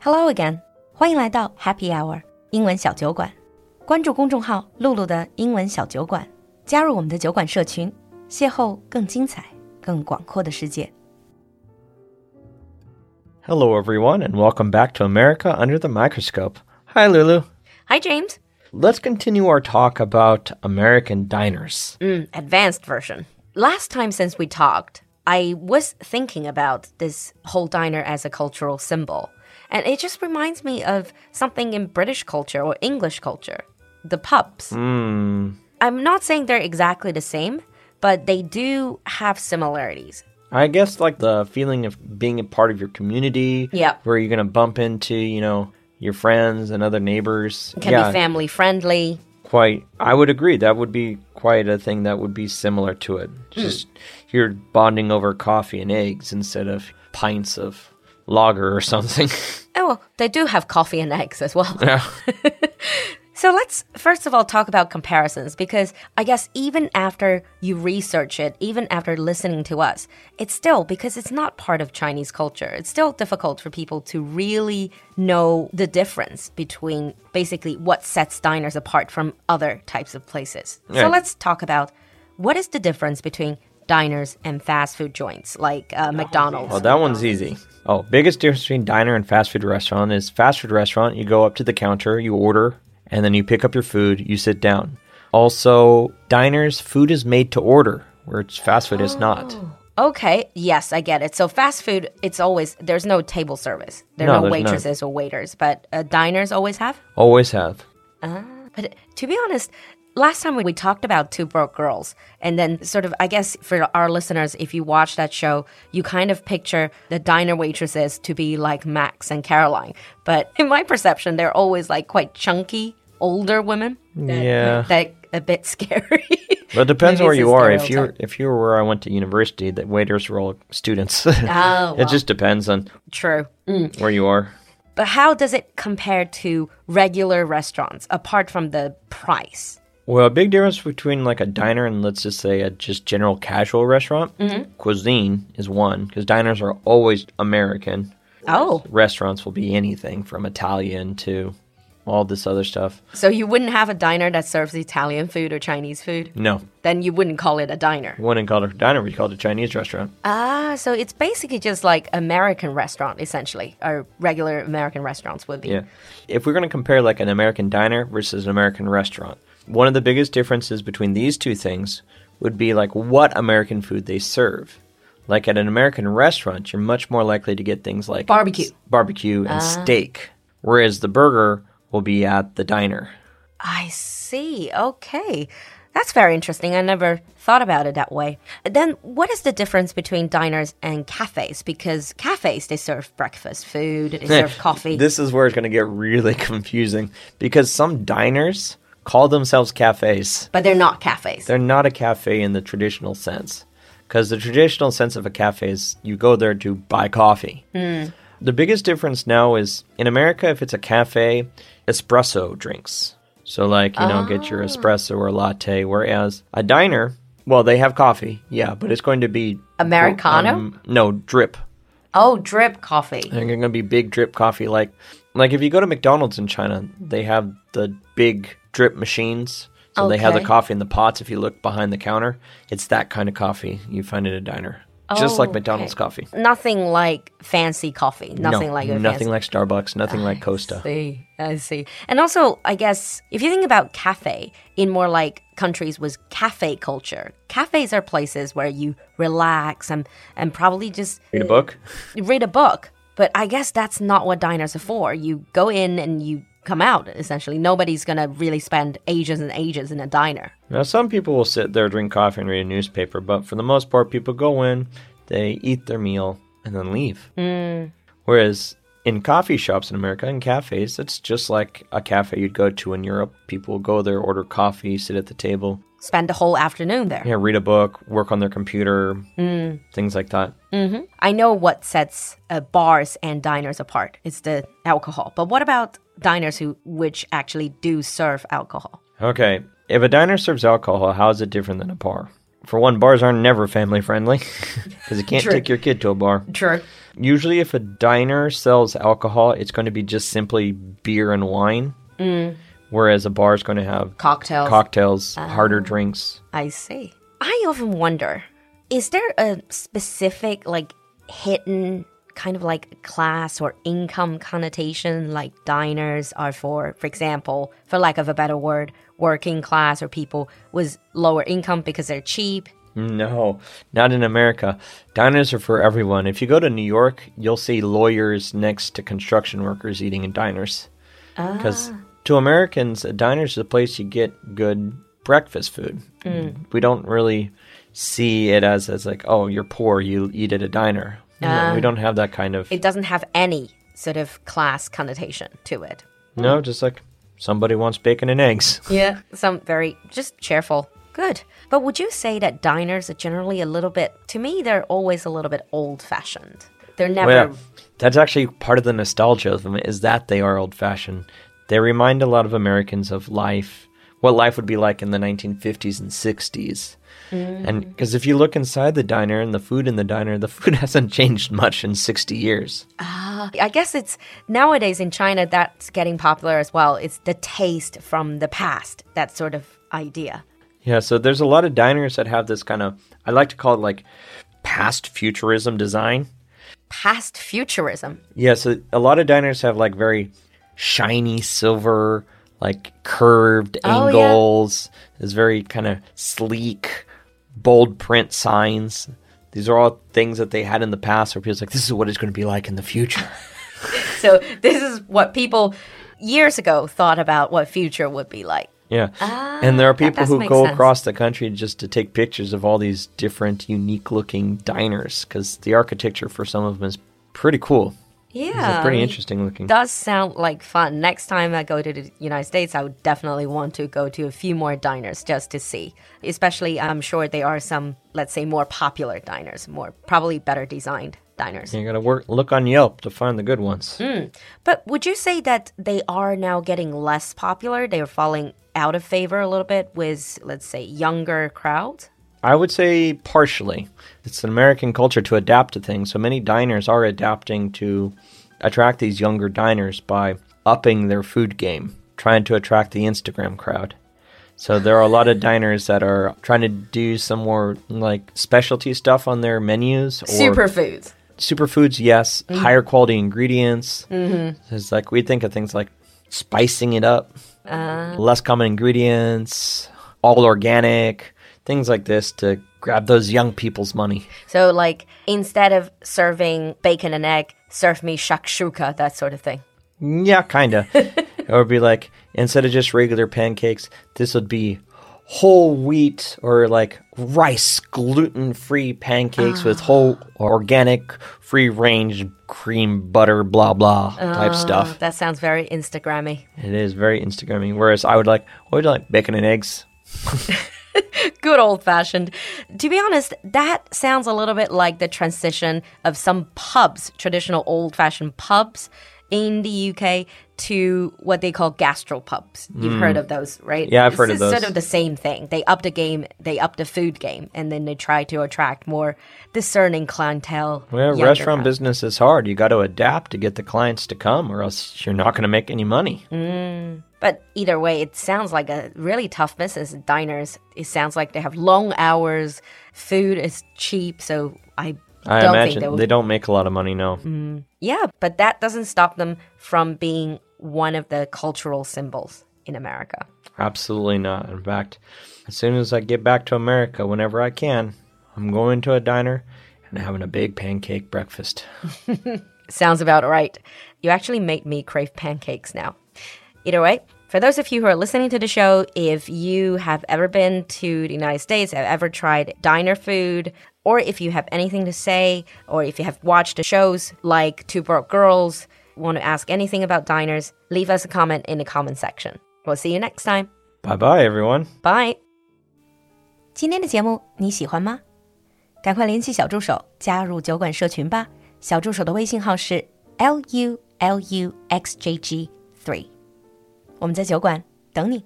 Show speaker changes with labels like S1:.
S1: Hello again，欢迎来到 Happy Hour 英文小酒馆。关注公众号“露露的英文小酒馆”，加入我们的酒馆社群，邂逅更精彩、更广阔的世界。
S2: Hello, everyone, and welcome back to America Under the Microscope. Hi, Lulu.
S1: Hi James，
S2: Let's continue our talk about American diners.
S1: 嗯，advanced Mm, version. Last time since we talked, I was thinking about this whole diner as a cultural symbol, and it just reminds me of something in British culture or English culture, the pubs.
S2: Mm. Hmm.
S1: I'm not saying they're exactly the same, but they do have similarities.
S2: I guess like the feeling of being a part of your community,
S1: Yeah.
S2: where you're gonna bump into, you know, your friends and other neighbors.
S1: Can
S2: yeah,
S1: be family friendly.
S2: quite. I would agree. That would be quite a thing that would be similar to it.
S1: Hmm.
S2: Just you're bonding over coffee and eggs instead of pints of lager or something.
S1: Oh, well, they do have coffee and eggs as well. so let's first of all talk about comparisons because I guess even after you research it, even after listening to us, it's still because it's not part of Chinese culture. It's still difficult for people to really know the difference between basically what sets diners apart from other types of places. So
S2: Yeah.
S1: let's talk about what is the difference between diners and fast food joints like uh, McDonald's.
S2: Oh, Well, that one's easy. Oh, biggest difference between diner and fast food restaurant is fast food restaurant, you go up to the counter, you order, and then you pick up your food, you sit down. Also, diners, food is made to order, where it's fast food is not.
S1: Oh. Okay, yes, I get it. So fast food, it's always there's no table service. There are
S2: No,
S1: no,
S2: there's none.
S1: waitresses or waiters, but uh, diners always have.
S2: Always have.
S1: But to be honest, last time we, we talked about Two Broke Girls, and then sort of, I guess, for our listeners, if you watch that show, you kind of picture the diner waitresses to be like Max and Caroline. But in my perception, they're always like quite chunky, older women. That,
S2: Yeah.
S1: That a bit scary.
S2: But it depends
S1: Maybe
S2: where
S1: it's a
S2: you are. If
S1: stereotype.
S2: you're if you were where I went to university, the waiters were all students. Oh, it just depends on
S1: True.
S2: where you are.
S1: But how does it compare to regular restaurants apart from the price?
S2: Well, a big difference between like a diner and let's just say a just general casual restaurant, cuisine is one because diners are always American.
S1: Oh,
S2: Restaurants will be anything from Italian to all this other stuff.
S1: so you wouldn't have a diner that serves Italian food or Chinese food?
S2: No,
S1: Then you wouldn't call it a diner.
S2: we wouldn't call it a diner. We called it a Chinese restaurant.
S1: Ah, so it's basically just like American restaurant, essentially, or regular American restaurants would be.
S2: Yeah. If we're going to compare like an American diner versus an American restaurant, one of the biggest differences between these two things would be like what American food they serve. Like at an American restaurant, you're much more likely to get things like
S1: Barbecue. Ah.
S2: barbecue and steak, whereas the burger will be at the diner.
S1: I see. Okay. That's very interesting. I never thought about it that way. Then, what is the difference between diners and cafes? Because cafes, they serve breakfast food, they serve coffee.
S2: This is where it's going to get really confusing because some diners call themselves cafes.
S1: but they're not cafes.
S2: They're not a cafe in the traditional sense. Because the traditional sense of a cafe is you go there to buy coffee. The biggest difference now is in America, if it's a cafe, espresso drinks. So, like, you know, get your espresso or latte. Whereas a diner, well, they have coffee, yeah, but it's going to be
S1: Americano?
S2: um, no, drip.
S1: Oh, drip coffee.
S2: They're going to be big drip coffee. Like, like if you go to McDonald's in China, they have the big drip machines. So they have the
S1: Okay.
S2: coffee in the pots. If you look behind the counter, it's that kind of coffee you find at a diner, just like
S1: Oh,
S2: McDonald's
S1: okay.
S2: coffee.
S1: Nothing like fancy coffee. Nothing
S2: no,
S1: like a
S2: nothing
S1: fancy.
S2: like Starbucks, nothing like Costa.
S1: see, I see. And also, I guess if you think about cafe in more like countries with cafe culture, cafes are places where you relax and and probably just
S2: Read a book.
S1: read a book. But I guess that's not what diners are for. You go in and you come out. Essentially, nobody's gonna really spend ages and ages in a diner.
S2: Now, some people will sit there, drink coffee, and read a newspaper, but for the most part, people go in, they eat their meal, and then leave. Whereas in coffee shops in America and cafes, it's just like a cafe you'd go to in Europe. People go there, order coffee, sit at the table,
S1: Spend the whole afternoon there.
S2: yeah, read a book, work on their computer, things like that.
S1: I know what sets uh, bars and diners apart. It's the alcohol. But what about diners who which actually do serve alcohol?
S2: Okay, if a diner serves alcohol, how is it different than a bar? for one, bars are never family friendly because you can't
S1: True.
S2: take your kid to a bar.
S1: True.
S2: Usually, if a diner sells alcohol, it's going to be just simply beer and wine, whereas a bar is going to have
S1: Cocktails.
S2: cocktails, harder drinks.
S1: I see. I often wonder is there a specific, like, hidden kind of like class or income connotation like diners are for for example for lack of a better word working class or people with lower income because they're cheap
S2: No, not in America. Diners are for everyone. If you go to New York, you'll see lawyers next to construction workers eating in diners. Because to Americans, a diner's the place you get good breakfast food. We don't really see it as, as like, oh, you're poor, you eat at a diner. No, we don't have that kind of.
S1: it doesn't have any sort of class connotation to it
S2: no, just like somebody wants bacon and eggs.
S1: Yeah, some very just cheerful. Good. But would you say that diners are generally a little bit, to me, they're always a little bit old fashioned? They're never.
S2: Well, that's actually part of the nostalgia of them is that they are old fashioned. They remind a lot of Americans of life, what life would be like in the 1950s and 60s. And because if you look inside the diner and the food in the diner, the food hasn't changed much in 60 years.
S1: I guess it's nowadays in China that's getting popular as well. It's the taste from the past, that sort of idea.
S2: Yeah, so there's a lot of diners that have this kind of, I like to call it like past futurism design.
S1: Past futurism.
S2: Yeah, so a lot of diners have like very shiny silver, like curved
S1: Oh, yeah.
S2: angles. There's very kind of sleek, bold print signs. These are all things that they had in the past where people's like, this is what it's going to be like in the future.
S1: So this is what people years ago thought about what future would be like.
S2: Yeah. and there are people
S1: Ah, does
S2: who
S1: make
S2: go
S1: sense.
S2: across the country just to take pictures of all these different, unique looking diners because the architecture for some of them is pretty cool.
S1: Yeah.
S2: it's pretty
S1: I mean,
S2: interesting looking.
S1: does sound like fun. Next time I go to the United States, I would definitely want to go to a few more diners just to see. Especially, I'm sure they are some, let's say, more popular diners, more probably better designed diners.
S2: you got to work look on Yelp to find the good ones.
S1: But would you say that they are now getting less popular? They are falling out of favor a little bit with, let's say, younger crowd?
S2: I would say partially. It's an American culture to adapt to things. So many diners are adapting to attract these younger diners by upping their food game, trying to attract the Instagram crowd. So there are a lot of diners that are trying to do some more like specialty stuff on their menus or
S1: Superfoods.
S2: superfoods, yes, higher quality ingredients. Mm-hmm. It's like we think of things like spicing it up, less common ingredients, all organic, things like this to grab those young people's money.
S1: So, like, instead of serving bacon and egg, serve me shakshuka, that sort of thing.
S2: Yeah, kind of. it would be like instead of just regular pancakes, this would be whole wheat or like rice gluten free pancakes with whole organic free range cream butter blah blah type stuff
S1: That sounds very Instagrammy.
S2: It is very Instagrammy. Whereas I would like, what would you like? Bacon and eggs.
S1: good old fashioned. To be honest, that sounds a little bit like the transition of some pubs, traditional old fashioned pubs in the UK to what they call gastropubs. You've heard of those, right?
S2: Mm. Yeah, I've
S1: This
S2: heard of
S1: is
S2: those.
S1: Sort of the same thing. They up the game, they up the food game, and then they try to attract more discerning clientele.
S2: Well,
S1: younger
S2: restaurant
S1: crowd.
S2: business is hard. You got to adapt to get the clients to come, or else you're not going to make any money.
S1: Mm, But either way, it sounds like a really tough business. Diners, it sounds like they have long hours. Food is cheap, so I
S2: I
S1: don't think
S2: imagine
S1: they Mm. will
S2: they don't make a lot of money, no.
S1: Yeah, but that doesn't stop them from being one of the cultural symbols in America.
S2: Absolutely not. In fact, as soon as I get back to America, whenever I can, I'm going to a diner and having a big pancake breakfast.
S1: Sounds about right. You actually make me crave pancakes now. Either way, for those of you who are listening to the show, if you have ever been to the United States, have ever tried diner food, or if you have anything to say, or if you have watched the shows like Two Broke Girls, want to ask anything about diners, leave us a comment in the comment section. We'll see you next time.
S2: Bye bye, everyone.
S1: Bye.
S3: 今天的节目你喜欢吗？赶快联系小助手加入酒馆社群吧。小助手的微信号是 l u l u x j g three，我们在酒馆等你。